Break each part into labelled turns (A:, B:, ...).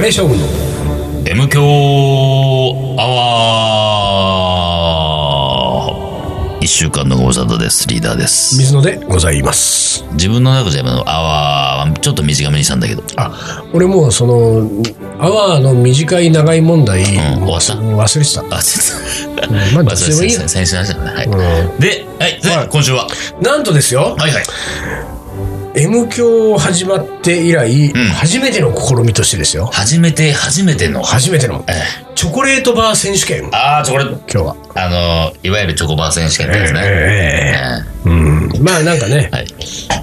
A: メ将軍の
B: M 強アワー一週間のご無沙汰です。リーダーです。
A: 水野でございます
B: 自分の中でのアワーはちょっと短めにしたんだけど。
A: あ俺もうそのアワーの短い長い問題、
B: うん終わった
A: 忘 れてた、
B: あ、ちょっと。
A: うんまあどっちでもいいよ
B: 先先週の話だね。はい。
A: う
B: で、はい、で
A: はい
B: 今週は。
A: なんとですよ
B: はいはい。
A: M 教始まって以来、初めての試みとしてですよ
B: 初めて、初めての。
A: 初めての
B: ええ
A: チョコレートバー選手権今
B: ああ、チョコレート。
A: 日は
B: あのー、いわゆるチョコバー選手権ですね。
A: ええ
B: え
A: うんまあなんかね
B: え、はい。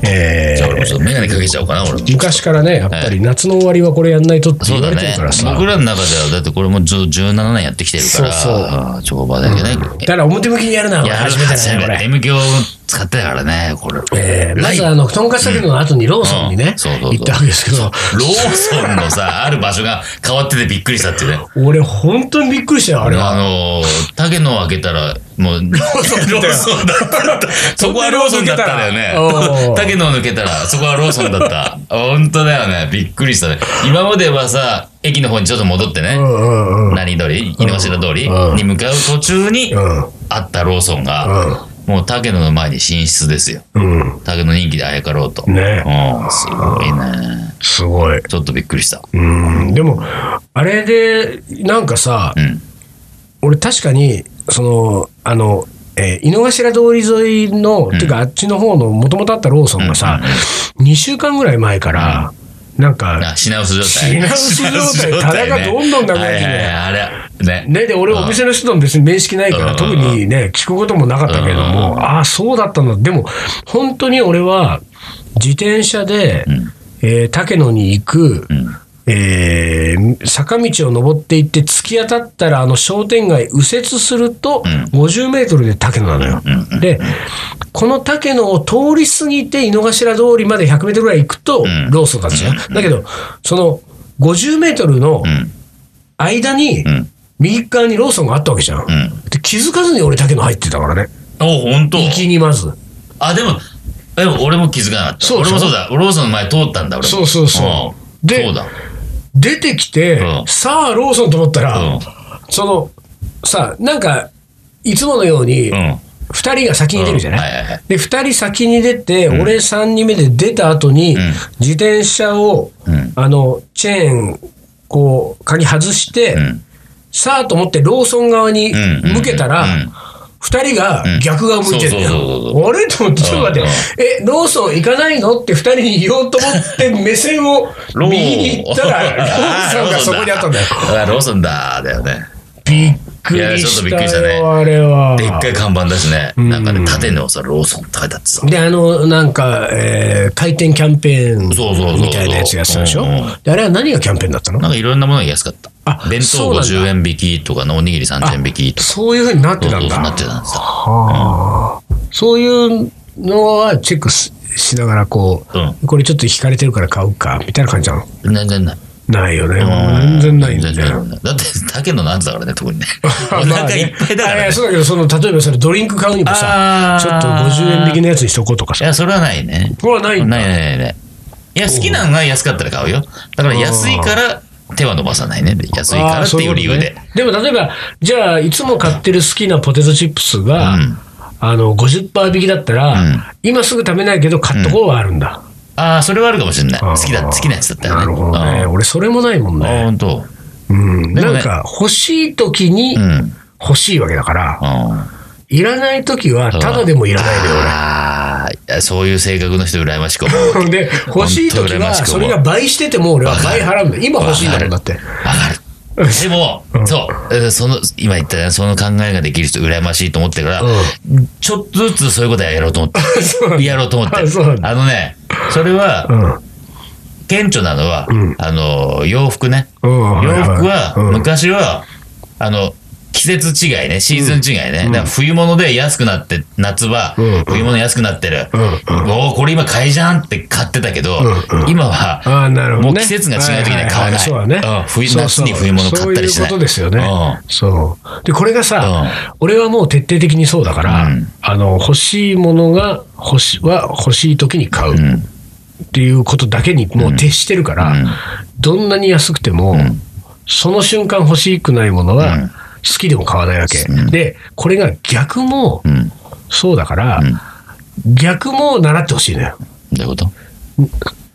A: え
B: じゃあ俺も
A: ー
B: ちょっとメガネかけちゃおうかな、俺も。
A: 昔からねやっぱり夏の終わりはこれやんないとって
B: そ
A: 言
B: う
A: わ
B: だ
A: れてる
B: ね
A: から。さ
B: 僕らの中では、だってこれもず17年やってきてるから、
A: そうそう
B: あーチョコバーだけね。
A: だから表向きにやるな、
B: いや、
A: 初め
B: 初め
A: て
B: て
A: だね、これ。
B: M 響を使ってたからね、これ。
A: えーま
B: ライ
A: ず
B: ブ
A: あの、とんかつ酒の後にローソンに
B: う
A: ね
B: ん、そうそうそう
A: 行ったわけですけど、
B: ローソンのさ、ある場所が変わっててびっくりしたっていうね。
A: 俺本当にびっくりしたよ、あれは。
B: あのー、竹野を開けたら、もう、ロー
A: ソンだよ
B: だった。そこはローソンだったんだよ
A: お
B: ね
A: ー。
B: 竹野を抜けたら、そこはローソンだ った。本当だよね。びっくりしたね。今まではさ、駅の方にちょっと戻ってね
A: う、んうんうん。
B: 何通り井の頭通り
A: うん
B: に向かう途中に
A: うん
B: あったローソンが、もう竹野の前に進出ですよ。
A: うん。
B: 竹野人気であやかろうと。
A: ね
B: うん、すごいね。
A: すごい。
B: ちょっとびっくりした。
A: うん。でも、あれで、なんかさ、
B: うん。
A: 俺確かに、その、あの、えー井の頭通り沿いの、てかあっちの方の元々あったローソンがさ、2週間ぐらい前から、なんか、
B: あ品薄状態。
A: 品薄状態
B: 品薄ね
A: 棚がどんどんなくなってきて
B: はいはいはいあれ、ね。
A: ね、で、俺、お店の人とも別に面識ないから、
B: うん
A: 特にね、聞くこともなかったけれども、ああ、そうだったんだ。でも、本当に俺は、自転車で、えー竹野に行く、えー坂道を登っていって、突き当たったら、あの商店街右折すると、50メートルで竹野なのよ。で、この竹野を通り過ぎて、井の頭通りまで100メートルぐらい行くと、
B: ん
A: ローソンなんですよ。だけど、その、50メートルの
B: ん
A: 間に、
B: うん。
A: 右側にローソンがあったわけじゃん。
B: ん
A: で気づかずに俺竹野入ってたからね。
B: お、ほんと。
A: 行きにまず。
B: あ、でも、でも俺も気づかなかった。
A: そうで
B: 俺
A: しょ
B: もそうだ。ローソンの前通ったんだ、俺も。
A: そうそうそうんで
B: そうだ。
A: 出てきて、
B: うん
A: さあローソンと思ったら、
B: うん
A: その、さあ、なんか、いつものように、
B: うん。
A: 二人が先に出るじゃない、
B: うんはいはいはい
A: で、二人先に出て、俺三人目で出た後に、
B: ん
A: 自転車を、
B: ん
A: あの、チェーン、こう、鍵外して、
B: ん
A: さあと思ってローソン側に
B: うんうん
A: 向けたら
B: うん、
A: 二、人が逆側向いてるんだ
B: そうそうそう
A: よ。あれと思って、ちょっと待っ
B: うん
A: て、え、ローソン行かないのって二人に言おうと思って、 目線を
B: ロー
A: 右に行った ら、ローソンがそこにあったんだよ。
B: あローソンだ、だよね。
A: びっく
B: いや
A: り
B: ちょっと
A: し
B: びっく
A: た
B: りしたね
A: よ、あれは。
B: でっかい看板だしね。なんかね、縦のさ、ローソンって書いてあってさ。
A: で、あの、なんか、えー、回転キャンペーン
B: そうそうそうそう
A: みたいなやつやってたでしょ
B: うんうん
A: であれは何がキャンペーンだった
B: な
A: の
B: んかいろんなものが安かった。
A: あ
B: 弁
A: そう
B: 当
A: なんだ
B: 50円引きとかのおにぎり30円引きとか。
A: そういうふうになって
B: そ
A: た
B: うそ
A: ん
B: うそうなっ
A: だ。
B: てたんですよ。
A: はあそういうのはチェックししながら、こう、
B: うん
A: これちょっと引かれてるから買うか、みたいな感じなの
B: 全然ない。
A: ないよね。
B: うん
A: 全然ないんだ
B: 全然
A: よ。
B: ないだって、竹野の夏だからね、特にね。お
A: まあ
B: 腹い
A: ね
B: っぱいだか
A: あい
B: ら
A: や
B: ね。
A: そうだけど、その、例えばそれドリンク買うにもさ
B: あ、ー
A: ちょっと50円引きのやつにしとこうとか
B: い
A: さ。
B: や、それはないね。
A: これはな
B: ないい
A: んだ。
B: ないないない。いや、好きなのが安かったら買うよ。だから安いから手は伸ばさないね。安いからっていう理由で
A: あ。ー。そういうことねでも例えば、じゃあ、いつも買ってる好きなポテトチップスが、
B: うん
A: あの、50%引きだったら、
B: うん
A: 今すぐ食べないけど、買っとこうはあるんだ。
B: ああ、それはあるかもしれない。
A: あー
B: 好きだ、好きなやつだったよね。
A: なるほどね。
B: うん
A: 俺、それもないもん
B: あー、
A: ね。
B: ほんと。
A: うん。
B: でもね
A: なんか、欲しい時に
B: うん。うん。
A: 欲しいわけだから、
B: た
A: いらない時は、ただでもいらないのよ、俺。
B: あーいやそういう性格の人羨ましく思う。わ
A: で、欲しい時
B: 本当羨ま
A: は、
B: しく思う
A: それが倍してても、俺は倍払うんだよ。今欲しいんだもんだって。
B: かる。でも、そう、えーその、今言ったね、その考えができる人羨ましいと思ってるから、ちょっとずつそういうことはやろうと 思って。やろうと思って
A: あ
B: る。
A: そうなんだ
B: あのね、それは、
A: う
B: 顕著なのは、あの、洋服ね。
A: ん。うん。
B: 洋服は、
A: うん
B: 昔は、あの、季節違いね、シーズン違いね。だから冬物で安くなって、夏は
A: うん、
B: 冬物安くなってる。
A: ん
B: おお、これ今買いじゃんって買ってたけど、今は、
A: ああ、なるほど、ね。
B: もう季節が違う時には買わない
A: そうだね。
B: うん冬
A: そう
B: 夏に冬物買ったりしない
A: そういうことですよね。そう。で、これがさ、俺はもう徹底的にそうだから、
B: うん
A: あの、欲しいものが、欲し、は欲しい時に買う。
B: ん
A: っていうことだけにもう徹してるから、
B: うん
A: どんなに安くても、その瞬間欲しくないもの
B: うん
A: は好きでも買わないわけ。
B: うん
A: で、これが逆も
B: うん。
A: そうだから、逆も習ってほしいのよ。
B: どういうこと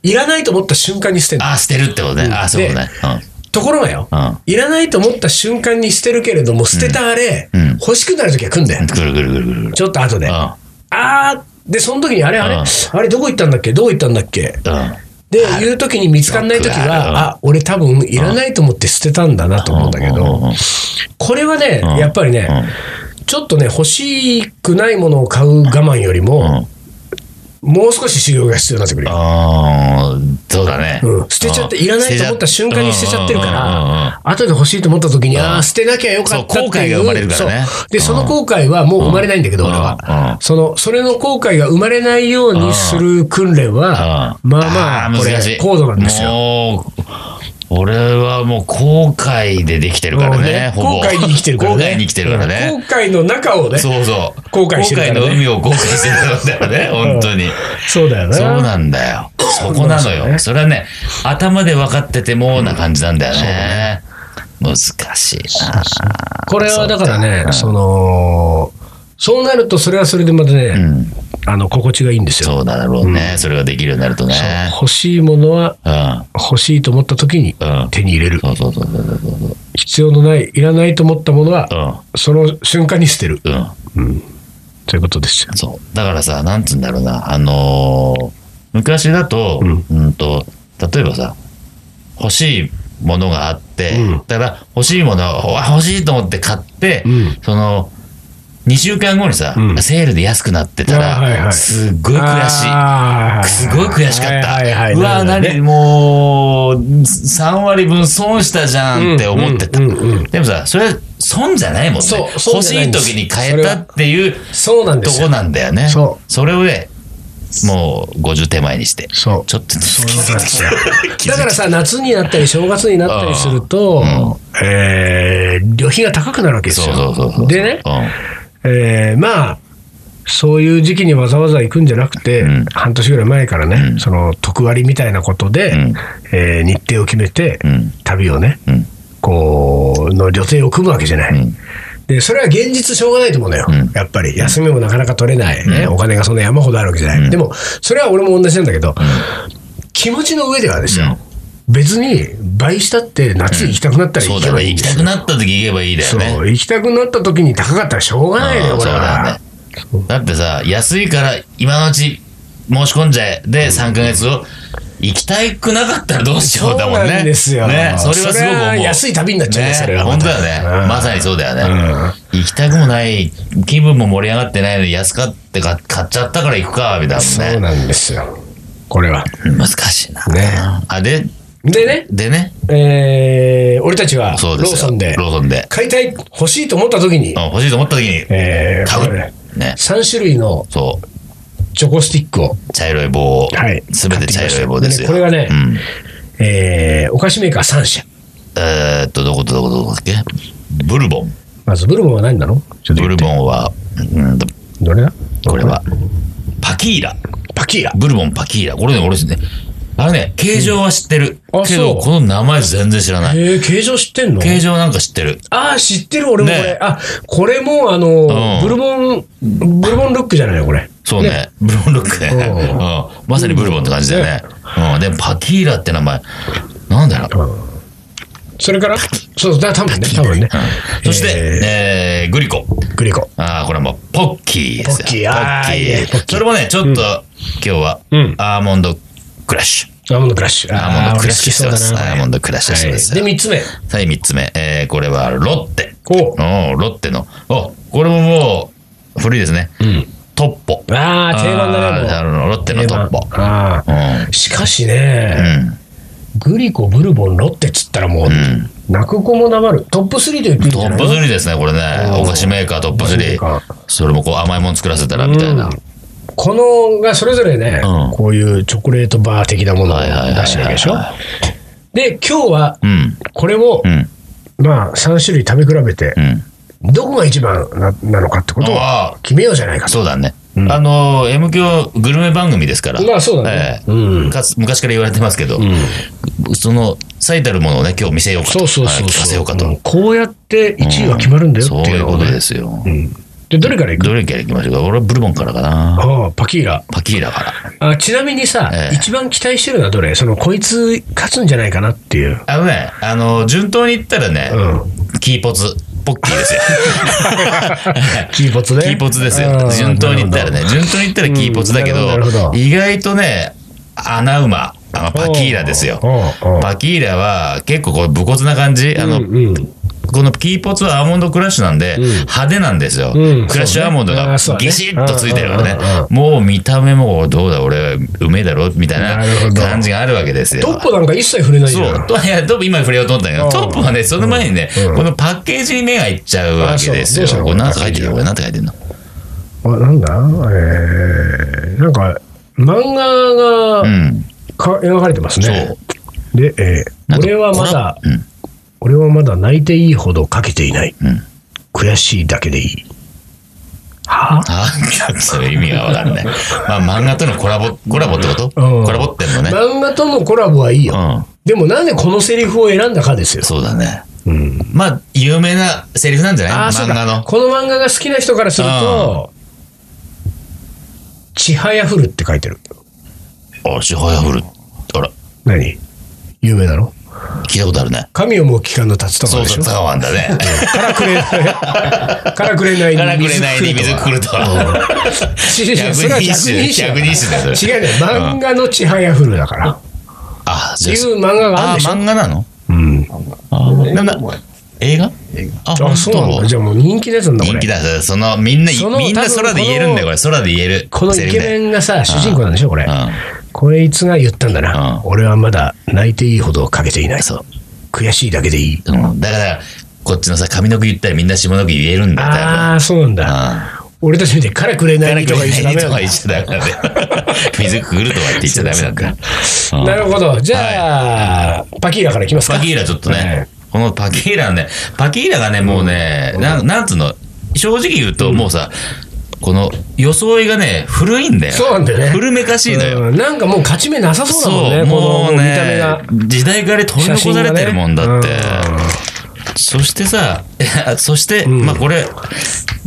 A: いらないと思った瞬間に捨てる
B: あ、捨てるってことね。あ、そういうことね。
A: ところがよ、
B: うん
A: いらないと思った瞬間に捨てるけれども、捨てたあれ、
B: うん
A: 欲しくなるときは来んだよ
B: うん。。ぐるぐるぐるぐるぐる。
A: ちょっと後で。あ
B: う
A: あーで、その時にあれあれ、
B: うん
A: あれどこ行ったんだっけどこ行ったんだっけ
B: ん。うん。
A: で、言う時に見つかんない時
B: よくあるうん
A: は、あ、俺多分いらないと思って捨てたんだなと思うんだけ
B: うんうんう
A: ど
B: ん、
A: これはね、
B: うん
A: やっぱりね、ちょっとね、欲しくないものを買う我慢より
B: うん。う
A: も、
B: ん。
A: もう少し修行が必要になってくるよ。
B: あーそうだね。
A: うん捨てちゃって、いらないと思った瞬間に捨てちゃってるか
B: うんうんうんうん
A: ら、後で欲しいと思った時に、
B: ん
A: ああ、捨てなきゃよかったっていう。
B: そう後悔が生まれるからね
A: そうで、
B: うん
A: その後悔はもう生まれないんだけど、
B: うん
A: 俺
B: う
A: は
B: ん。
A: その、それの後悔が生まれないようにする訓練は、
B: うん
A: まあまあ、こ
B: 難
A: れ
B: しい、
A: 高度なんですよ。
B: もう、俺はもう後悔でできてるから
A: もう
B: ね、ほぼ
A: 後悔に生きてるからね。
B: 後悔に生きてるから
A: う
B: ね
A: ん。後悔の中をね。
B: そうそう。
A: 後悔してるからね
B: 後悔の海を後悔してるからね、 本当に。
A: そうだよな。
B: そうなんだよ。そこなの
A: そうだね
B: よ。それはね、頭で分かっててもな感じなんだよね。難しいな。
A: これはだからね、
B: うん
A: その、そうなるとそれはそれでまた
B: う
A: ね、
B: ん。
A: あの、心地がいいんですよ。
B: そうだろうね。それができるようになるとね。
A: 欲しいものは
B: うん。
A: 欲しいと思った時に
B: うん
A: 手に入れる。
B: そうそうそうそうそうそう。
A: 必要のない、いらないと思ったものは、
B: う
A: その瞬間に捨てる。
B: ん。うん。
A: ということですよ。
B: そう。だからさ、なんつうんだろうな。あのー昔だと、
A: うん
B: うん、と、例えばさ、欲しいものがあって、
A: うん
B: だから欲しいものを、あ欲しいと思って買って、
A: うん
B: その、2週間後にさ、
A: うん
B: セールで安くなってたら、
A: あはいはい
B: すっごい悔しい。
A: あー
B: すごい悔しかった。
A: はいはいはい、
B: うわ、
A: なるほど
B: 何、
A: ね
B: もう、3割分損したじゃんって思ってた。
A: うんうんうんうん
B: でもさ、それ、損じゃないもんね。
A: そう損
B: 欲
A: じ
B: し
A: ゃない
B: い
A: んです
B: 時に買えたっていう
A: そうなんで
B: と
A: す
B: こ
A: よ。
B: なんだよね。
A: そ
B: れをね、もう50手前にして。
A: そう。
B: ちょっとずつ
A: そう
B: 気づいてき た。気づいてきた
A: だからさ、夏になったり、正月になったりすると、えー旅費が高くなるわけです
B: そ
A: よ。
B: うそうそうそう。
A: でね、
B: う
A: えーまあ、そういう時期にわざわざ行くんじゃなくて、
B: うん
A: 半年ぐらい前からね、その特割みたいなことで、
B: うん
A: えー日程を決めて、
B: うん
A: 旅をね、
B: ん。うん。
A: こう、の予定を組むわけじゃない。
B: うん
A: で、それは現実しょうがないと思うのよ。
B: うん
A: やっぱり。休みもなかなか取れない、ねお金がそんな山ほどあるわけじゃない。でも、それは俺も同じなんだけど、気持ちの上ではですよ。別に、倍したって夏行きたくなったら
B: そ
A: 行
B: う
A: け
B: だ
A: ば
B: ね。
A: いいんで
B: 行き
A: すよ
B: たくなった時行けばいいだよね。
A: そう、行きたくなった時に高かったらしょうがないね、
B: うん
A: これは
B: そ。だってさ、安いから今のうち申し込んじゃえ。で、3ヶ月を行きたくなかったらどうしようだもんね。
A: そうなんですよ
B: ね、それはすごく
A: それ
B: 思
A: は
B: う。
A: 安い旅になっちゃうねそれはま
B: 本
A: た
B: 当だよね、
A: うん
B: まさにそうだよね、行きたくもない、気分も盛り上がってないのに安かってか買っちゃったから行くか、みたいな
A: そ
B: も
A: うん
B: ね。
A: なんですよ。これは。
B: 難しいな。
A: ね
B: あ、で、
A: でね、
B: でね、
A: えー俺たちはロ
B: そう
A: ー
B: ですよ
A: ソンで、
B: ローソンで。
A: 買いたい、欲しいと思った時に
B: う、ん欲しいと思った時に、
A: えー
B: 買
A: これね
B: う。ね。
A: 3種類の
B: そう。
A: チョコスティックを、
B: 茶色い棒を。
A: はい
B: すべて茶色い棒ですよ。
A: 買ってきましたでねこれ
B: うん
A: えーお菓子メーカー3社。
B: えーっと、どことどことどこだっけブルボン。
A: まず、ブルボンは何なのちょっと
B: ブルボンは、うんと、
A: どれだ
B: これは、パキーラ。
A: パキーラ。
B: ブルボンパキーラ。これね、俺ですね。あれね、形状は知ってる。
A: うんあ
B: け
A: そ
B: ど、
A: う
B: この名前全然知らない。
A: えー、形状知ってんの
B: 形状なんか知ってる。
A: ああ、知ってる、俺もこれ。
B: ね
A: あ、これも、あの、
B: ん
A: ブルボン、ブルボンルックじゃないの、これ。
B: そうね。ブルボンロックね。
A: ん
B: うん。まさにブルボンって感じだよね。うん。でも、パキーラって名前、なんだろう。
A: それから、そう、だ多分ね、多分ね。
B: そして、えーグリコ。
A: グリコ。
B: ああ、これもうポッキーですよ。
A: ポッキーあー
B: ポッキ
A: いいねポッキー
B: それもね、ちょっと、今日は
A: うん、
B: アーモンドクラッシュ。
A: アーモンドクラッシュ。
B: アーモンドクラッシュして
A: あー俺好
B: ま
A: きそ
B: す。
A: う
B: ア
A: だな。
B: ーモンドクラッシュしてま
A: はい
B: す。
A: で、三つ目。
B: はい、3つ目。えー、これはロッテ。
A: こ
B: おーロッテの。おこれももう、古いですね。
A: う。うん。
B: トッポ。
A: ああ、定番だね、もう
B: あーロッテのトッポ。
A: あ
B: うん。
A: あ。しかしね、
B: う
A: グリコ、ブルボン、ロッテっつったらもう、
B: ん
A: 泣く子も黙る。トップ3で言っていい
B: ん。
A: んじ
B: ト
A: ゃな
B: ッ
A: い
B: プ3ですね、これね
A: う。ん
B: お菓子メーカートップ
A: お菓子メー
B: 3
A: カ。
B: それもこう甘いもん作らせたらみたい
A: う
B: な
A: ん。このがそれぞれね、
B: うん
A: こういうチョコレートバー的なものを
B: はいはいはいはい
A: 出してるわけでしょ。で、今日は
B: うん。
A: これを、
B: うん。
A: まあ3種類食べ比べて
B: う、ん。
A: どこが一番ななのかってことを
B: ああ
A: 決めようじゃないかと。
B: そうだね。あの、M 響グルメ番組ですから。
A: まあそうだね
B: ええ
A: うん
B: かつ昔から言われてますけど、その最たるものをね、今日見せようかと。
A: そうそうそうそう、
B: はい聞かせようかと。
A: んこうやって1位は決まるんだよ
B: そう
A: ってい
B: いうう
A: のを
B: こと
A: ね
B: ですよ。
A: うんで、どれからいく
B: どれから行きましょうか。俺はブルボンからかな。
A: ああ、パキーラ。
B: パキーラから。
A: あちなみにさ、
B: ええ
A: 一番期待してるのはどれその、こいつ勝つんじゃないかなっていう。
B: あのね、あの、順当に言ったらね、キーポツ、ポッキーですよ。
A: キーポツね。
B: キーポツです
A: あ
B: よ。
A: あ
B: 順当に言ったらね、順当に言ったらキーポツだけ
A: うん
B: ど
A: なるほどなるほ、ど
B: 意外とね、穴馬、あのパキーラですよ
A: おうおうおう。
B: パキーラは結構こう武骨な感じ。あの、
A: うんうん
B: このキーポツはアーモンドクラッシュなんで、派手なんですよ、
A: うん
B: クラッシュアーモン
A: そ
B: ド
A: うねあ
B: が
A: ーそうね
B: ギシッとついてるからね
A: うんうんうんう、
B: もう見た目もどうだ、俺はうめえだろみたい
A: なるほ
B: な
A: ど
B: 感じがあるわけですよ。
A: トップなんか一切触れないじ
B: そ
A: ゃ
B: う。
A: ん。
B: といや、トップ今触れようと思ったんだけ
A: う
B: ど、
A: ん
B: トップはね、その前にね、このパッケージに目がいっちゃうわけですよ
A: あそう。
B: これ何か書いてるよ、これ何か書いてるの。
A: あ、なんだえー、なんか、漫画
B: う
A: が
B: ん。
A: か描かれてますね。で、えー、
B: なんか
A: 俺はまだ、
B: うん。
A: 俺はまだ泣いていいほどかけていない。
B: うん。
A: 悔しいだけでいい。はあ
B: あ、そういう意味がわかんない。まあ、漫画とのコラボ、コラボってこと
A: うん
B: コラボってんのね。
A: 漫画とのコラボはいいよ。
B: う
A: でもなんでこのセリフを選んだかですよ
B: ん。。そうだね。
A: うん。
B: まあ、有名なセリフなんじゃ
A: あ
B: な
A: あ、
B: い
A: そう
B: 漫画
A: だ
B: の。。
A: この漫画が好きな人からすると、ちはやふるって書いてる。
B: あ、しはやふる。あら、
A: 何有名だろ
B: 聞いたことあるね。
A: 神をもう機関の立つとか
B: そう
A: でし
B: そ
A: ょ
B: う、タワーだね。
A: からくれ ない。からくれない
B: からくれないに水
A: 水
B: 来
A: 来
B: る
A: る
B: と
A: と
B: は。
A: 違う違うそれは
B: 百人一首だよそれ
A: 違うね。漫画のちはやふるだから。っ
B: あ、
A: て
B: じゃ
A: いう漫画があ
B: あ、あ
A: るでしょ。
B: 漫画なの
A: うん。
B: あなんだ映画あ、
A: あ、そうなん
B: 本
A: だ。
B: 当
A: じゃあもう人気のやつなんだ、こ
B: 人気
A: れ。
B: だ。そその、みんな、
A: その
B: みんな
A: 多分
B: 空で言えるんだよ、これ。空で言える。
A: このイケメ
B: ン。
A: ンがさ、主人公なんでしょ、これ
B: う。ん。
A: こいつが言ったんだ
B: うん
A: な。俺はまだ泣いていいほどかけていない。
B: そう。
A: 悔しいだけでいい。
B: うんだから、こっちのさ、上の句言ったらみんな下の句言えるんだよ、多分。
A: ああ、そうなんだ。
B: あ
A: 俺たち見て、からくれ
B: あ。
A: な
B: 誰
A: い
B: か
A: とか言っちゃダメな
B: と
A: ん
B: か
A: だ
B: 言っちゃダメなんだよ。水くぐるとかって言っちゃダメなんだよ。うん
A: なるほど。じゃあ、パキーラからいきますか。
B: パキーラちょっとね
A: え、
B: このパキーラね、パキーラがね、もうね、なんなんつうの、正直言うと、もうさ、この装いがね、古いんだよ。
A: そうなんだよね
B: 古めかしいのよ。
A: うんなんかもう勝ち目なさそうだもんね、この
B: もう
A: 見た目
B: ね
A: が。、
B: 時代から取り残されてるもんだっ
A: 写。
B: て
A: 真がね
B: そしてさ、そして、まあこれ、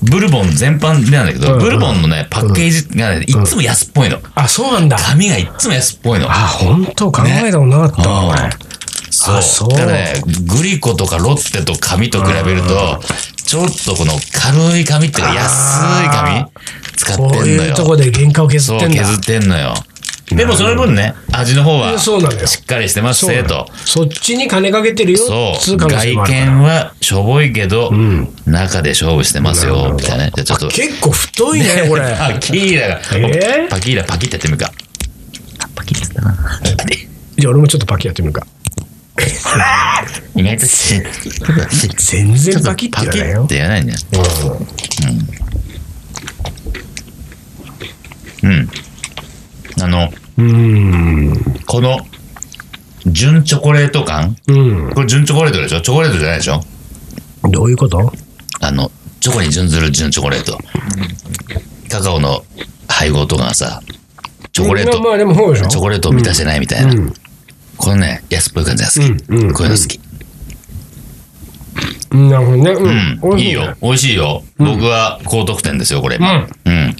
B: ブルボン全般なんだけど、ブルボンのね、パッケージがね、いっつも安っぽいの。
A: あ、そうなんだ。
B: 紙がいっつも安っぽいの。
A: あ、本当考えたことなかったわ、俺
B: ねそう。
A: あそう
B: だからね、グリコとかロッテと紙と比べると、ちょっとこの軽い紙っていうか安い紙使ってんの
A: こ
B: よ。
A: ういうとこで原価を削
B: そ
A: っ
B: う、
A: てんだ
B: 削。ってんのよ。でもその分ね、味の方は、
A: そうなのよ
B: しっかりしてます
A: そう
B: せ
A: な
B: ー
A: の
B: と。
A: そっちに金かけてるよ、
B: そ
A: 通
B: う、
A: 貨の
B: 外見はしょぼいけど、中で勝負してますよ、みたいなね。じゃあちょっと。
A: 結構太いね、これ。
B: パキーラが、
A: えー
B: パキーラパキってやってみるか。パキって言ったな。
A: じゃあ俺もちょっとパキやってみるか。
B: 意外とし、
A: 全
B: ちょ
A: 然
B: っと
A: パキって言わないよ
B: パキ。って言わないんだよ。うん。あの、
A: うん。
B: この、純チョコレート感
A: うん。
B: これ純チョコレートでしょチョコレートじゃないでしょ
A: どういうこと
B: あの、チョコに準ずる純チョコレート。カカオの配合とかがさ、チョコレート、
A: まあまあでもそうでしょ。
B: チョコレートを満たしてないみたいな。このね、安っぽい感じが好き。
A: うんうん
B: こういうの好き。
A: うん。なるほどね。
B: うん。
A: うん。
B: いいよ。。美味しいよ。僕は高得点ですよ、これ。
A: うん。
B: うん。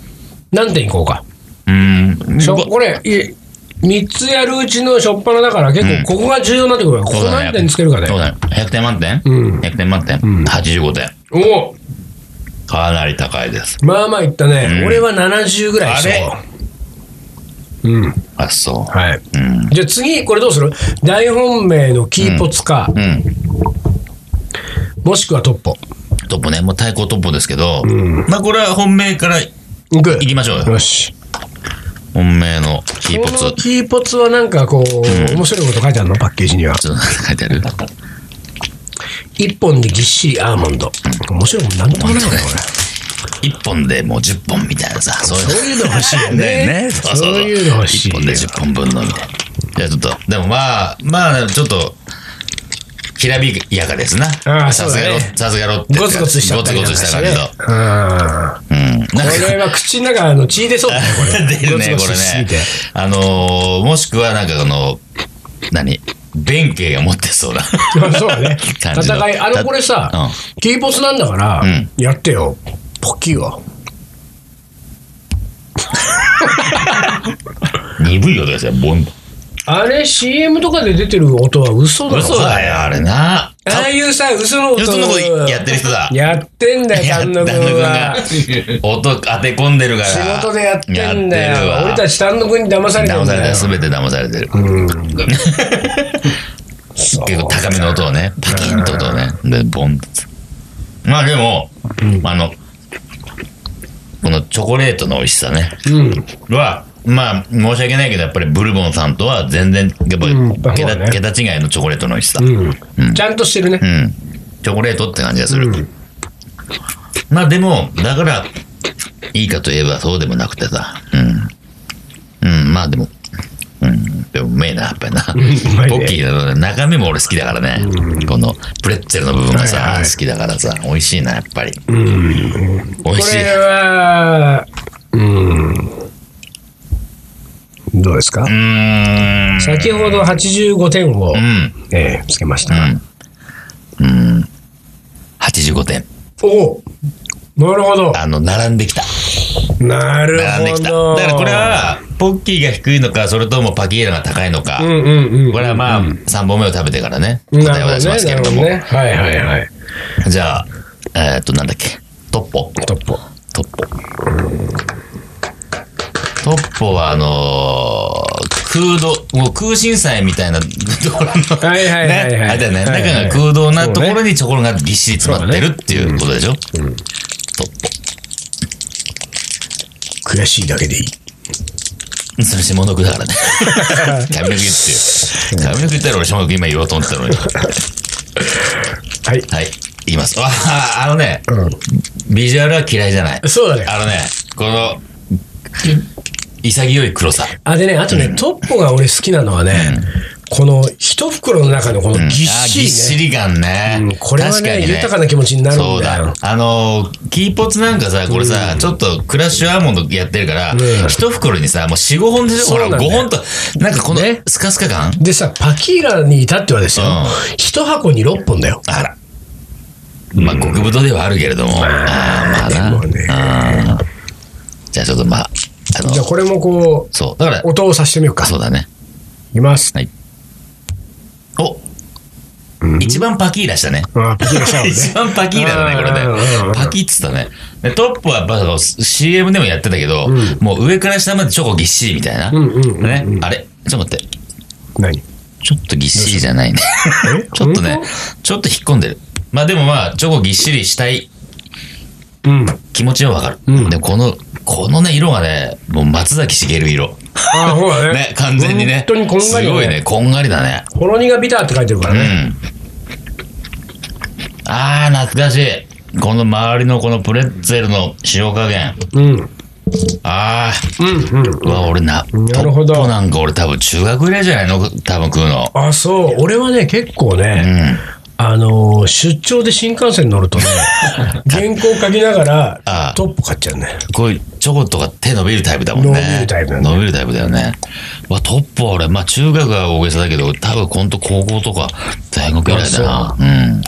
A: 何点いこうか。
B: うん。
A: しょこれ、い3つやるうちの初っ端だから、結
B: うん
A: 構ここが重要になってくるから、こ
B: そう
A: こ
B: だね
A: 何点つけるか
B: そ
A: ね。
B: うだね。100点満点
A: うん
B: ?100 点満点 ?85 点。
A: おお
B: かなり高いです。
A: まあまあいった
B: う
A: ね。
B: ん
A: 俺は70ぐらいし
B: あ
A: う。うん。
B: あ、そ
A: はい。
B: う。うん。
A: じゃあ次、これどうする大本命のキーポツか、
B: うん。
A: もしくはトッポ。
B: トップね、もう対抗トップですけど、まあこれは本命からい
A: いく
B: きましょうよ。
A: よし。
B: 本命のキーポ
A: この
B: ツ。
A: キーポツはなんかこう、面白いこと書いてあるのパッケージには。
B: ちょっと書いてある。
A: 一本でぎっしりアーモンド。面白いもんなんともないわね、これ。
B: 1本でもう10本みたいなさ、そう
A: そういうの欲しい よね
B: ね。
A: そういうの欲しい
B: 1
A: よ
B: 本で10本分のみたいな。じゃあちょっと、でもまあ、まあ、ちょっと、きらびやかですな。
A: ああ
B: さ
A: そ
B: すが
A: うだ
B: ロ
A: ね
B: ッ、さすがロッテって
A: ゴ
B: 感
A: ツ
B: じ。
A: ゴツしちゃったり
B: ゴ
A: なん
B: ツ
A: か
B: ゴツし
A: して
B: た
A: ね
B: 感じの。
A: うん。
B: うん。なんか
A: これが口の中の血出そうだね、これ。
B: 出るね、
A: ゴツ
B: こ
A: ゴ
B: れ
A: ツしすぎ
B: ね
A: て。
B: あのー、もしくは、なんかあの、何弁慶が持ってそ うな。
A: そうだね。
B: 感じの
A: 戦い、あの、これさ
B: うん、
A: T ボスなんだから
B: うん、
A: やってよ。ポッキーは。
B: 鈍いよですよ、ボン。
A: あれ、CM とかで出てる音は嘘だろ。
B: 嘘だよ、あれな。
A: ああいうさ、嘘の音。
B: よその子やってる人だ。
A: やってんだよ、
B: や
A: 丹野くんは。
B: 音当て込んでるから。
A: 仕事でやってん
B: やって
A: だ
B: るわ
A: よ。俺たち丹野くんに騙されて
B: 騙
A: ん
B: さ
A: だ
B: れて
A: よ
B: る、。すべて騙されてる。
A: そう
B: 結構高めの音をね、パキンと音をね、で、ボンって。まあでも、あの、このチョコレートの美味しさね、
A: うん。
B: は、まあ、申し訳ないけど、やっぱりブルボンさんとは全然、や
A: うん
B: っぱり、
A: そうね
B: 桁桁違いのチョコレートの美味しさ。
A: うん。ちゃんとしてるね
B: う。ん。チョコレートって感じがする。
A: うん
B: まあでも、だから、いいかといえばそうでもなくてさ。うん。うん、まあでも、うん、でもうめえな、やっぱりな。
A: うまいね
B: ポッキーの中身も俺好きだからね。このプレッツェルの部分がさ、
A: はいはい
B: 好きだからさ、美味しいな、やっぱり。美
A: こ
B: 味しい。
A: れは、うん。どうですか
B: うーん。
A: 先ほど85点を
B: う、ん。
A: ええつけました。
B: 85点。
A: おなるほど。
B: あの、並んできた。
A: なる
B: 並んで
A: ほ
B: きた。
A: ど。
B: だからこれ、は、ポッキーが低いのか、それともパキーラが高いのか。
A: うんうんうん。
B: これはまあ、3本目を食べてからね、答
A: な
B: え
A: る
B: を出しま
A: ほど
B: す
A: ね。な
B: けれ
A: る
B: ど
A: ほ
B: も
A: ど。ね。はいはいはい。
B: じゃあ、えーっと、なんだっけ。トッポ。
A: トッポ。
B: トッポ。トッポは、あのー、空洞、もう空心菜みたいな ところの、
A: はいはいはいはい
B: ねあれだよね、
A: はいはい
B: 中が空洞なところにチョコがぎっしり詰まってるっていうことでしょ、トッ
A: 悔しいだけでいい。
B: ポ。それ下の句だか らね。髪の毛言ってよ。髪の毛言ったら俺下の句今言おうと思ってたのに。
A: はい。
B: はい。言います。わあ、あのね、
A: う
B: ビジュアルは嫌いじゃない。
A: ん。そうだね。
B: あのね、この、潔い黒さ。
A: あ、でね、あとね、トッポが俺好きなのはね、この一袋の中のこのぎっ
B: あーぎ
A: し
B: っし
A: りね。
B: り感ね。
A: うんこれは
B: 確か
A: ね
B: に
A: 豊かな気持ちになるんだよ
B: そうだ。あのー、キーポツなんかさ、これさ、ちょっとクラッシュアーモンドやってるから
A: うん、
B: 一袋にさ、もう4、5本でしょ
A: そ
B: ほ
A: うな
B: ら、
A: んだよ
B: 5本と、なんかこのスカスカ感
A: でさ、パキーラに至ってはですよ
B: うん、
A: 一箱に6本だよ。
B: あら。まあ、極太ではあるけれども。ああー、ま
A: でもね
B: あな。あーじゃあちょっとまあ、あ
A: じゃあ
B: の、
A: これもこ
B: そう。だから
A: う、、音をさしてみようか。
B: そうだね。
A: いきます。
B: お一番パキーラしたね。
A: あーパキーラ したもんね。
B: 一番パキーラだね、これ
A: うんうんうん
B: ね。パキッつったね。でトップはやっぱ CM でもやってたけど、もう上から下までチョコぎっしりみたいな。
A: うんうんうん
B: ね。あれちょっと待って。
A: 何
B: ちょっとぎっしりじゃないね。
A: え
B: ちょっとね、ちょっと引っ込んでる。まあでもまあ、チョコぎっしりしたい
A: うん。あ
B: 気持ちはわかる。
A: うん
B: で、この、このね、色がね、もう松崎しげる色。
A: あ、ほらね
B: ね、。完全に
A: 本
B: ね。
A: 当にこんがり
B: す
A: だ
B: ごいね、こんがりだね。
A: ほろ苦ビターって書いてるからね。
B: うん。ああ、懐かしい。この周りのこのプレッツェルの塩加減。
A: うん。うん
B: ああ、
A: うん。
B: うわ、俺な、
A: なるほど
B: トッポなんか俺多分中学以来じゃないの多分食うの。
A: あ、そう。俺はね、結構
B: う
A: ね、
B: ん。
A: あのー、出張で新幹線乗 るとね、原稿書きなが
B: あ
A: ら、トップ買っちゃうね。
B: こういうチョコとか手伸びるタイプだもんね。
A: 伸びるタイプだね
B: 伸びるタイプだよね。うわ、トッポ俺、まあ中学は大げさだけど、多分ほんと高校とか大学以来だな。うん。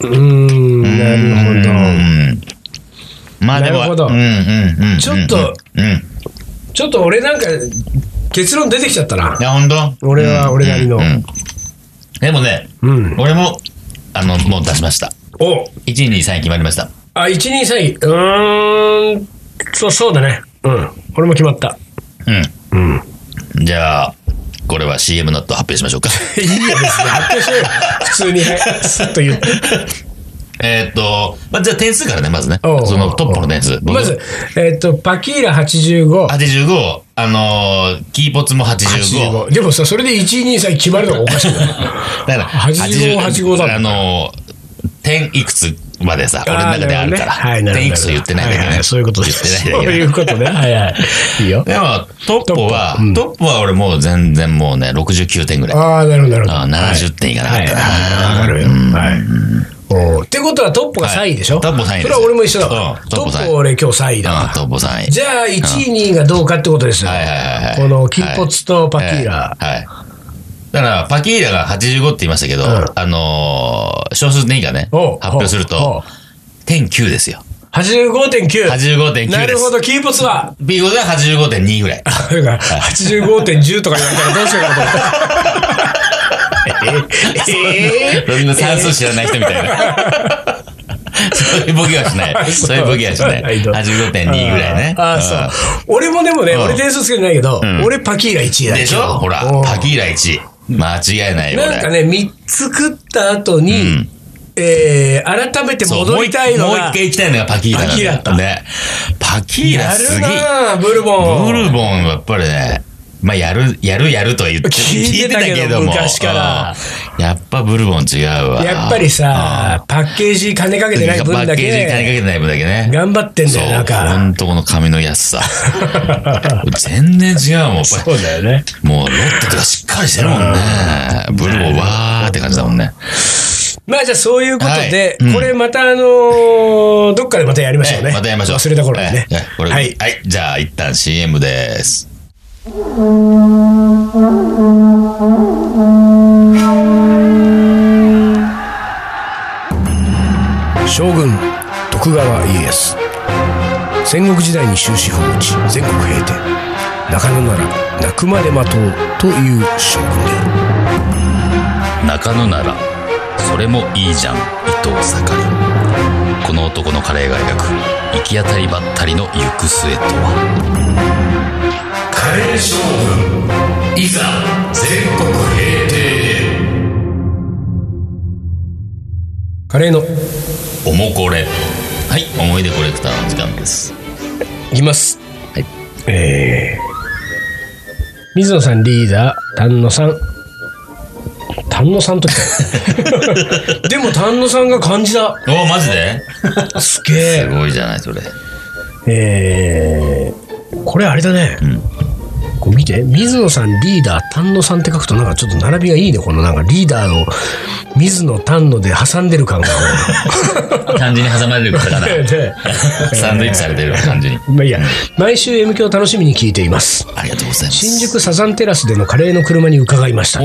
A: うーん、なる
B: うん。まあでも、
A: なるほど
B: うんうんうんうん。
A: ちょっと
B: うん。い
A: ほど。ちょっと俺なんか、結論出てきちゃったな。
B: や、ほんと
A: 俺は俺なりの
B: うんうんでもね、
A: うん。
B: 俺も、あの、もう出しました。
A: お
B: 1、2、3決まりました。
A: あ、1、2、3位。うーん、そう、そうだね。うん。俺も決まった。
B: う
A: うん。
B: ん。じゃあ、これは CM の後発表しましょうか。
A: いいよ、別に。発表しようよ。普通に、はいスッと言って。
B: えーっと、まあ、じゃあ点数からね、まずね。
A: おう
B: そのトップの点数。僕
A: まず、えっ、と、パキーラ85。
B: 85、あのー、キーポツも85。
A: 85でもさ、それで1、2、3決まるのがおかしいな。
B: だから、
A: 85 85だもん
B: あのー、点いくつまでさ、 俺の中であるから、
A: はい、なるほど
B: 点いくつ言ってないだけ
A: は
B: ね、
A: はそういうことです。
B: 言
A: そ
B: っ
A: う
B: てないだけね
A: いうことね。はいはい。いい よ。
B: でも、トップは、
A: トッポうん
B: トップは俺もう全然もうね、69点ぐらい。
A: ああ、なるほど、なるほど。
B: あー70点いかなか
A: は
B: っ
A: い
B: たな。
A: はい。わかるよ。はい。おーってことはトップが3位でしょ、
B: はいトップ3位です
A: それは俺も一緒だから。
B: うん
A: ト
B: トップ3位
A: ップ俺今日3位だ
B: あ
A: わ
B: あ、。トップ3位。
A: じゃあ1位、2位がどうかってことですよ
B: はいはいはい。
A: この金髪とパキーラ。
B: はい。はいだから、パキーラが85って言いましたけど、
A: ん
B: あのー、少数点以下ね、
A: おう
B: 発表する
A: おうおう
B: と、点9ですよ。
A: 85.9。
B: 85.9です。
A: なるほど、金髪は。
B: ビーゴでは85.2ぐらい。
A: だから85.10とか言われたらどうしようかなと思った。え ー
B: そんな算数知らない人みたいな。そういうボケはしない。
A: そう
B: そういうボケはしない。85.2ぐらいね。
A: ああ、そう。俺もでもね、
B: ん
A: 俺点数つけてないけど、
B: ん
A: 俺パキーラ1位だ
B: でしょほら
A: うん、
B: パキーラ1。間違いないよ、
A: なんか
B: 俺。
A: ね、3つ食った後に、えー、改めて
B: そうも
A: 戻
B: う
A: り
B: 一
A: たい
B: 回、
A: の
B: もう一
A: が、
B: 回行きたいのがパキーラなん
A: パキ
B: だよ
A: ーラか
B: ね。パキーラ
A: や
B: す
A: る
B: げ
A: な
B: え。
A: あブルボン。
B: ブルボンはやっぱりね、まあ、やる、やる、やるとは言って
A: 聞いてたけど昔から
B: うんやっぱブルボン違うわ。
A: やっぱりさ、パッケージ金かけてない
B: うん、パ
A: 分だ
B: ッケージに金か
A: け、
B: けてない分だけね。
A: 頑張ってん
B: そう、
A: だよ、なん
B: ほ
A: か。
B: んとこの髪の安さ。 全然違うもん、やっぱ
A: そうだよね。
B: り。もう、ロッテとかしっかりしてるもんね。ブルボンわーって感じだもんね。
A: まあじゃあそういうことで、
B: はいうん
A: これまたあのーどっかでまたやりましょうね。
B: えまたやりましょう。
A: 忘れた頃にね
B: ええこ。れ
A: は
B: はいい。。じゃあ、一旦 CM です。
A: 将軍徳川家康戦国時代に終止符を打ち全国平定中野なら泣くまで待とうという将軍である
B: 中野ならそれもいいじゃん伊藤盛この男のカレーが描く行き当たりばったりの行く末とは
A: カレー将
B: いざ全国平定へ
A: カレーの
B: おもこれはい思い出コレクターの時間です
A: いきます
B: はい
A: えー、水野さんリーダー丹野さん丹野さんと来 たでも丹野さんが漢字だ
B: おマジです
A: げえ
B: すごいじゃないそれ
A: えーこれあれだね、こう見て水野さんリーダー丹野さんって書くとなんかちょっと並びがいいねこのなんかリーダーの水野丹野で挟んでる感 が
B: 漢字に挟まれる方 かな
A: で
B: サンドイッチされてる感じに
A: まあいいや毎週 M 響を楽しみに聞いています
B: ありがとうございます
A: 新宿サザンテラスでのカレーの車に伺いました
B: お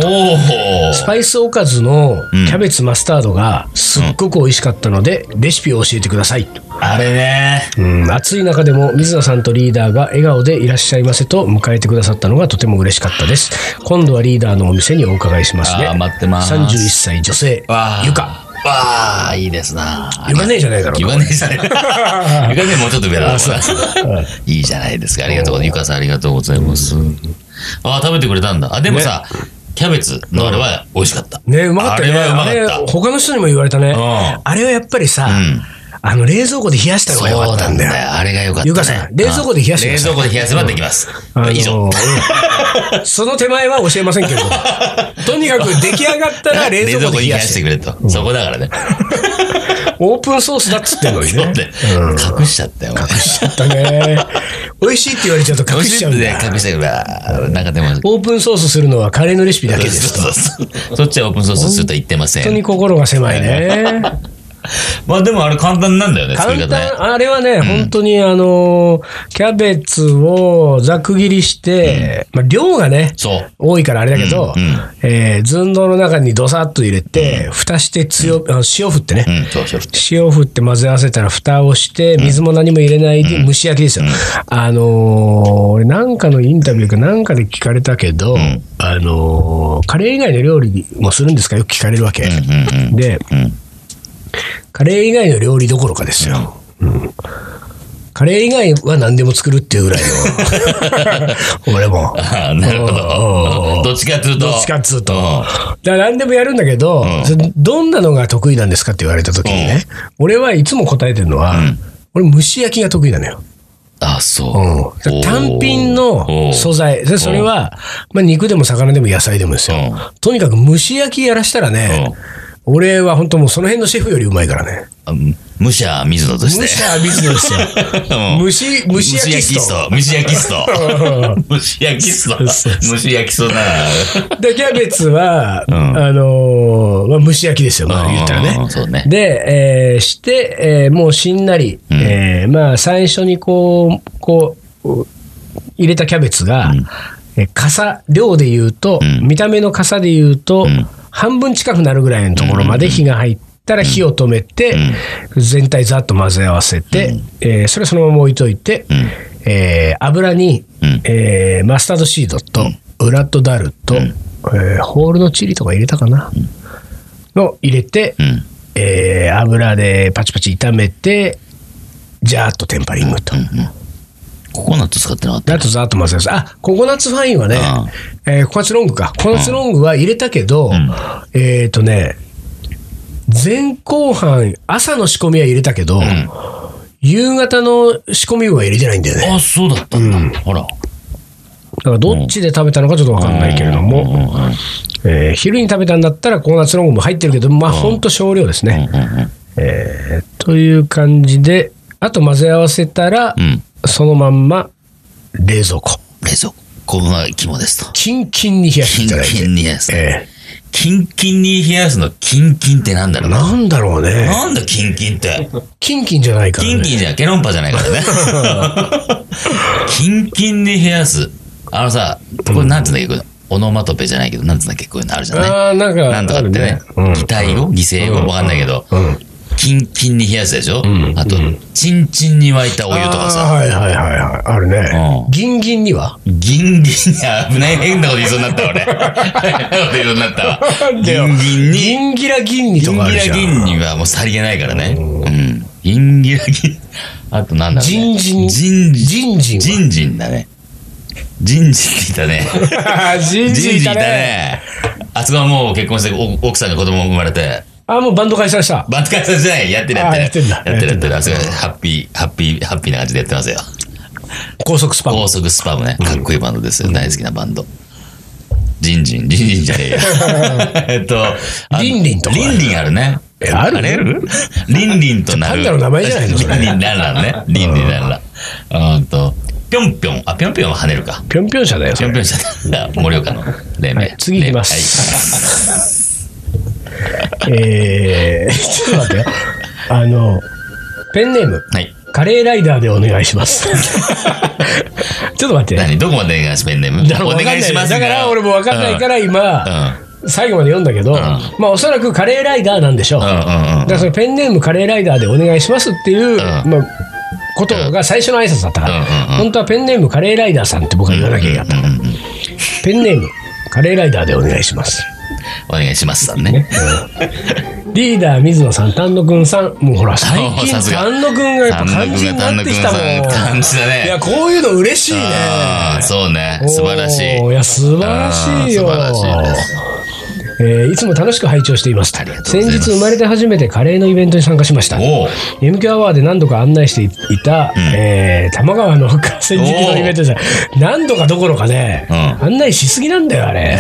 B: お
A: スパイスおかずのキャベツマスタードがすっごく美味しかったので、レシピを教えてください
B: あれね
A: うん、暑い中でも水野さんとリーダーが笑顔でいらっしゃいませと迎えてくださったのがとても嬉しかったです。今度はリーダーのお店にお伺いしますね。
B: あー待ってます
A: 31歳女性
B: わ、あ
A: ゆか。
B: わあいいですな
A: ゆかねえじゃないだろう
B: ゆ
A: な。
B: かねえじゃない。 ゆかねえもうちょっと上だな。いいじゃないですか。ありがとうございます。ゆかさんありがとうございます。ああ、食べてくれたんだ。あ、でもさ、キャベツのあれは美味しかった。
A: ねうまかったよね。
B: あれはうまかった
A: あれ他の人にも言われたね。
B: ん
A: あれはやっぱりさ、
B: ん
A: あの、冷蔵庫で冷やした方
B: そう
A: がよかったんだよ。
B: なんあれがよかった、ね。
A: ゆかさん冷蔵庫で冷やしてく
B: 冷
A: ださい
B: 蔵庫で冷やせばできます。
A: あの
B: 以 上。
A: うんその手前は教えませんけれど も。とにかく出来上がった ら冷蔵庫で冷
B: 冷
A: や
B: やし
A: して
B: てくれと。そこだからね。
A: オープンソースだっつってんのに
B: そう
A: ね。
B: ね
A: うん
B: 隠しちゃったよ。
A: 隠しちゃったね。美味しいって言われちゃうと隠しちゃうんだ。
B: 隠しちゃうから。なんかでも、
A: オープンソースするのはカレーのレシピだけですと。
B: そうそう そうそっちはオープンソースすると言ってませ
A: 本当に
B: ん。
A: 心が狭いね。
B: まあでもあれ簡単なんだよね、作り
A: 簡
B: 方ね。
A: 単、あれはね、本当にあの、キャベツをざく切りして、まあ量がね、
B: そう。
A: 多いからあれだけど
B: うんうん、
A: えー寸胴の中にドサッと入れて、蓋して強、あの塩振ってね
B: う。ん、そうそう。
A: 塩を振って混ぜ合わせたら蓋をして、水も何も入れないで蒸し焼きですよ。あのー俺なんかのインタビューかなんかで聞かれたけど、
B: ん
A: あのーカレー以外の料理もするんですかよく聞かれるわけ。
B: うんうん
A: で、
B: うん
A: カレー以外の料理どころかですよ。うんカレー以外は何でも作るっていうぐらい の。俺も。
B: ああ、なるほ
A: おうおう
B: ど。どっちかっつうと。
A: どっちかっつうと。
B: ん
A: だから何でもやるんだけど、
B: ん
A: それどんなのが得意なんですかって言われた時にね、俺はいつも答えてるのは、俺蒸し焼きが得意なのよ。
B: あ、そう
A: うん。単品の素材。で、それは、まあ、肉でも魚でも野菜でもですよ
B: う。
A: とにかく蒸し焼きやらしたらね、俺は本当もうその辺のシェフよりうまいからね。
B: あ武者水野として。
A: 蒸した水野ですよ。
B: うん
A: 蒸し、蒸し焼きスト。
B: 蒸し焼きスト。蒸し焼きスト。 蒸し焼きストな。
A: で、キャベツは、
B: ん
A: あのーまあ、蒸し焼きですよ、まあ、
B: うん
A: 言ったら
B: う
A: ね
B: ん。そうね
A: で、えーして、えーもうしんなり、えーまあ、最初にこう、こう、入れたキャベツが、えー傘、量で言うと、
B: ん
A: 見た目の傘で言うと、
B: ん
A: 半分近くなるぐらいのところまで火が入ったら火を止めて、全体ざっと混ぜ合わせて、えーそれそのまま置いといて、えー油に、
B: うん
A: えーマスタードシードと、ブラッドダルと、えーホールのチリとか入れたかな、の入れて、
B: うん。
A: えー油でパチパチ炒めてジャーッとテンパリングと、
B: ココナット使ってなかった
A: だとざーっと混ぜますあココナッツファインはね、えーココナッツロングかココナッツロングは入れたけど、
B: ん
A: えっ、とね前後半朝の仕込みは入れたけど、夕方の仕込みは入れてないんだよね
B: あ、そうだったんだ。ほら。
A: だからどっちで食べたのかちょっと分かんないけれども、
B: うんうんうん
A: えー昼に食べたんだったらココナッツロングも入ってるけどまあほんと少量ですね、えーという感じであと混ぜ合わせたら、
B: うん
A: そのまんま冷蔵庫
B: 冷蔵庫が肝ですと。
A: キンキンに冷やして
B: キ
A: い
B: ン
A: ただいて
B: キンに冷やす。
A: え
B: キンキンに冷やすの、キンキンってなんだろ
A: え
B: うな。
A: なんだろうね
B: なんだキンキンって。
A: キンキンじゃないから、ね、
B: キンキンじゃ、ケロンパじゃないからね。キンキンに冷やす。あのさ、これなんつうんだっけ、これオノマトペじゃないけど、なんつうんだっけ、こういうのあるじゃない
A: ああなんか
B: なんとかってね
A: あるうん、
B: 擬態語犠牲語わかんないけど、キンキンに冷やすでしょあと、チンチンに沸いたお湯とか
A: あー
B: さ、
A: はいはいはいはいあるね、
B: うん
A: ギンギンには
B: ギンギンに、危ない変なこと言いそうになった俺。変なこと 言いそうになったわ。ギンギンに、
A: ギンギラギンに
B: ギ
A: と
B: ン
A: かあ
B: ギ
A: る
B: ラ
A: じゃん
B: ギンにはもうさりげないからね。うん。ギンギラギン。あとなんだろう、ね。
A: ジンジン
B: ジン
A: ジンジンは
B: ジンジンだね。ジンジンっていたね。
A: ジンジンいたね。
B: あつがもう結婚してお奥さんが子供生まれて、
A: あもうバンド解散した
B: バンド解散じゃないやってるやってる。
A: あやってんだ
B: やってるやってる。
A: や
B: あつがハッピー、ハッピー、ハッピーな感じでやってますよ。
A: 高速スパム
B: 高速スパムね。かっこいいバンドですよ。大好きなバンド。ジンジン、ジンジンじゃ ねえよ。えっと、あ
A: リンリンとかある
B: リンリンあるね。
A: えある
B: れリンリンとな
A: 単
B: る。
A: なる名前じゃないのそれ
B: リンリンランランね。リンリンランラン。うんと、ぴょんぴょん。あ、ぴょんぴょんは跳ねるか。
A: ぴょんぴょん車だよそれ
B: ぴょんぴょんじゃない。 盛岡の連
A: は
B: 名
A: い。次行きますえー、ちょっと待ってよあのペンネーム
B: はい。はい。
A: カレーライダーでお願いし ます。ちょっと待って。
B: 何どこまでお願いしますペンネーム
A: だから
B: お
A: わかんな
B: 願いします。
A: だから俺も分かんないからら今、最後まで読んだけど、まあおそらくカレーライダーなんでしょう。
B: うんうん
A: だ
B: うんうん
A: からそのペンネームカレーライダーでお願いしますっていう、まあ、ことが最初の挨拶だったから、
B: うんうんうん
A: 本当はペンネームカレーライダーさんって僕は言わなきゃいけなかった。
B: うんうんうん
A: ペンネームカレーライダーでお願いします。
B: お願いしますさんね。
A: リーダー水野さん、丹野くんさん、もうほら、最
B: おさす
A: 近
B: が
A: 丹野くんがやっぱ漢字になってきたもん。
B: 丹野くんが丹野くんさん漢字だね
A: いや、こういうの嬉しいね。
B: ああ、そうね。素晴らしい。
A: おーいや、素晴らしいよ。
B: あー素晴らしいです。
A: えーいつも楽しく拝聴しています。
B: とうご
A: 先
B: ざい
A: 日
B: ます
A: 生まれて初めてカレーのイベントに参加しました。
B: おお
A: MQ アワーで何度か案内していた、えー玉川の河川敷のイベントじゃ何度かどころかね、
B: う
A: 案内しすぎなんだよ、あれ。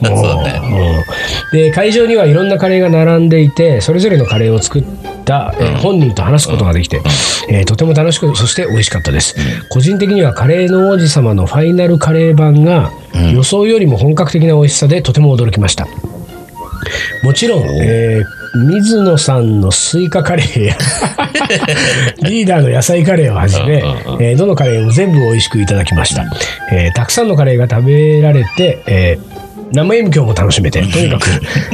A: もう
B: そうね
A: うんで会場にはいろんなカレーが並んでいてそれぞれのカレーを作った、えー本人と話すことができて、えーとても楽しくそして美味しかったです、個人的にはカレーの王子様のファイナルカレー版が予想よりも本格的な美味しさでとても驚きましたもちろん、えー水野さんのスイカカレー やリーダーの野菜カレーをはじめ、
B: うんうん
A: えーどのカレーも全部美味しくいただきました、えーたくさんのカレーが食べられて、えー生 M 響も楽しめてとにかく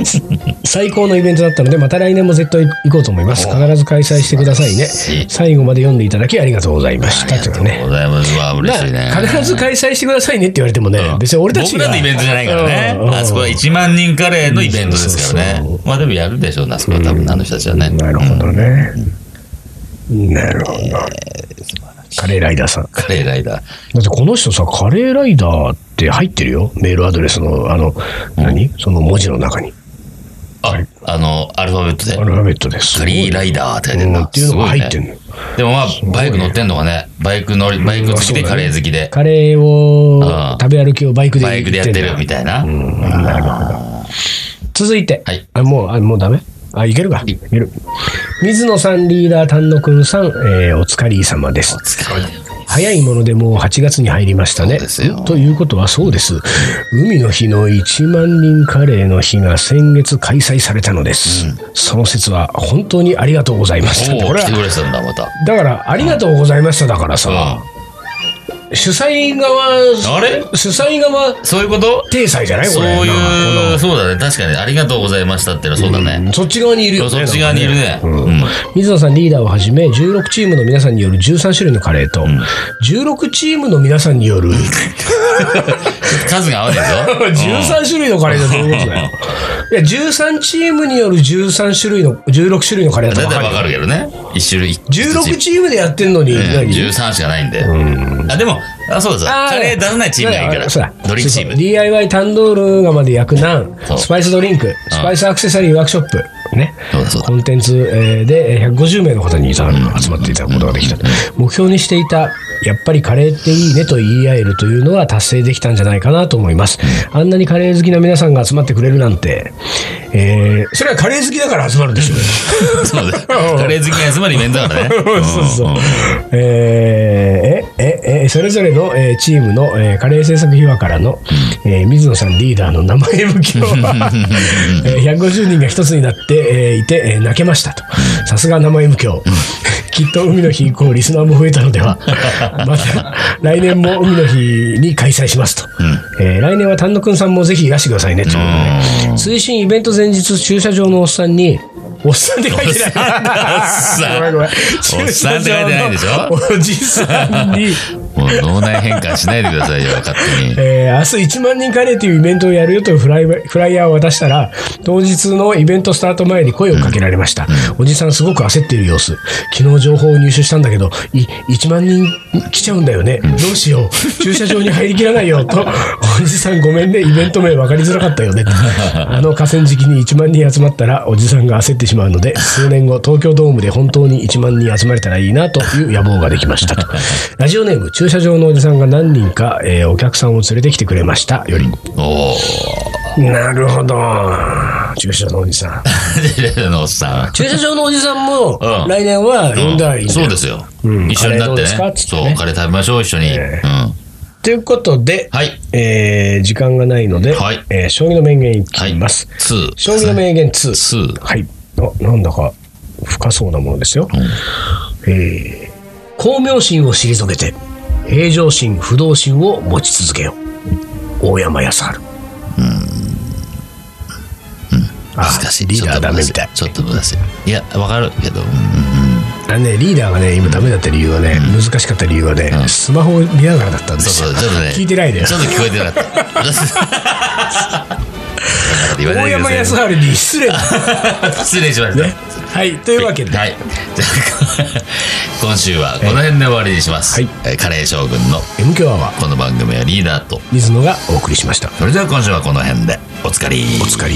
A: 最高のイベントだったのでまた来年も絶対行こうと思います必ず開催してくださいね
B: 素晴らしい
A: 最後まで読んでいただきありがとうございまし
B: あり
A: た
B: がと
A: というね
B: うございます。わあ、嬉しいね
A: ま。あ必ず開催してくださいねって言われてもね、別に俺たち
B: 僕らのイベントじゃないからね。
A: うんうん
B: あそこは1万人カレーのイベントですから
A: そう
B: ね。まあでもやるでしょうね、あそこは多分あの人たちはね。
A: なるほどね。なるほど。カレーライダーさん。だ
B: カレーライダー。
A: ってこの人さ、カレーライダーって入ってるよ。メールアドレスの、あの、何その文字の中に。
B: あ、あの、アルファベットで
A: ア。ルファベットです。
B: カリーライダーって書いてる
A: うん
B: な。
A: っていうのが
B: すごいね
A: 入ってんの
B: でもまあ、バイク乗ってんのがね。バイク乗り、バイク好きでカレー好きで。
A: カレーを
B: ああ
A: 食べ歩きをバイクで
B: バイクでやって
A: ん
B: る
A: だ
B: みたいな。
A: なるほど。続いて、
B: はい
A: あもうあもうダメあいけるかいける水野さんリーダー丹野くんさん、えーお疲れ様です
B: 疲れ
A: 早いものでもう8月に入りましたね。
B: そうですよ
A: ということはそうです。海の日の1万人カレーの日が先月開催されたのです。その説は本当にありがとうございました。
B: お
A: こ
B: お、
A: れ
B: 来て
A: は
B: くれてたんだ、また。
A: だから、ありがとうございましただからさ、
B: う
A: 主催側、
B: ん。あれ
A: 主催側、
B: そういうこと
A: 体裁じゃないこ
B: そう
A: れ。なんか
B: いう、そうだね。確かに、ありがとうございましたってのはそうだ
A: このう
B: ね。
A: んそっち側にいるよね。
B: そっち側にいるね。うん。
A: 水野さんリーダーをはじめ16チームの皆さんによる13種類のカレーと、16チームの皆さんによる
B: 数が合わな いぞ。
A: 13種類のカレーだと思うんですよ。いや、13チームによる13種類の、16種類のカレーだ
B: だ
A: と
B: い
A: 分
B: たい
A: か
B: わ
A: る。
B: かるけどね。一種類。
A: 16チームでやってんのに、
B: うん
A: 何
B: 13しかないんで。あ、でも、あ、そうです。
A: あー
B: カレー出さないチームがいいか
A: そうだ
B: ら。ドリンクチー
A: そう
B: ム
A: そう。DIY タンドール釜で焼くナン
B: そう
A: スパイスドリンク、スパイスアクセサリーワークショップ、ね
B: そうだそうだ
A: コンテンツえーでえー150名の方に集まっていただくことができたと。目標にしていた、やっぱりカレーっていいねと言い合えるというのは達成できたんじゃないかなと思います。あんなにカレー好きな皆さんが集まってくれるなんて、えーそれはカレー好きだから集まるんでしょうね。
B: そうだ。カレー好きが集まりイベントだからね。
A: そうそう
B: うん。
A: えーえ、え、え、それぞれの、えーチームの、えーカレー制作秘話からの、えー水野さんリーダーの名前向きを、 えー150人が一つになって、えーいて、えー泣けましたと。さすが名前向きを。きっと海の日以降、リスナーも増えたので は。また、来年も海の日に開催しますと。えー来年は丹野くんさんもぜひいらしてくださいねということで。推進イベント前日、駐車場のおっさんに、おっさんって書いてない。
B: さ
A: ごめんごめん。
B: おっさんって書いてないでしょ
A: おじさんに、
B: もう脳内変換しないでくださいよ、勝手に。
A: えー明日1万人カレーというイベントをやるよというフライフライヤーを渡したら、当日のイベントスタート前に声をかけられました。おじさんすごく焦っている様子。昨日情報を入手したんだけど、い1万人来ちゃうんだよね。どうしよう。駐車場に入りきらないよ。と、おじさんごめんね。イベント名分かりづらかった よね。あの河川敷に1万人集まったら、おじさんが焦ってしまうので、数年後、東京ドームで本当に1万人集まれたらいいなという野望ができま したと。ラジオネーム、駐車場のおじさんが何人か、えーお客さんを連れてきてくれました。より。
B: おー。
A: なるほど。駐車場のおじさ ん。
B: のおっさん。
A: 駐車場のおじさんも、
B: うん
A: 来年は呼んだらいいんだ
B: そ
A: よ
B: うですよ。
A: うん
B: 一緒になってね
A: カレーどうですかっ。つって
B: そ
A: ね
B: う、カレー食べましょう、一緒に。うん。
A: ということで、
B: はい。
A: えー時間がないので、
B: はい
A: えー将棋の名言い
B: は
A: き
B: い。
A: ます。
B: ツー。
A: 将棋の名言2。
B: ツー。
A: はい。ななんだか深そうなものですよ。えー光明心を退けて、平常心、不動心を持ち続けよ。大山康晴。あ
B: 難しい。
A: リーダーダメみたい。
B: ちょっと難しい。いや、わかるけど。うん
A: あのね、リーダーがね、今ダメだった理由はね、難しかった理由はね、スマホを見ながらだったんで
B: そ
A: す
B: う
A: よ。
B: そう、ちょっとね。
A: 聞いてないで
B: ちょっと聞こえてなかった。言わな
A: 大
B: いでく
A: 山
B: ださい
A: 康晴に失礼だ。
B: 失礼しました。
A: ね。はい。というわけで、
B: はい。じゃあ 今週はこの辺で終わりにしま
A: は
B: す。
A: い
B: えーカレー将軍の
A: M 強アワー、
B: この番組はリーダーと。
A: 水野がお送りしました。
B: それでは今週はこの辺で。おつかり。
A: お疲れ。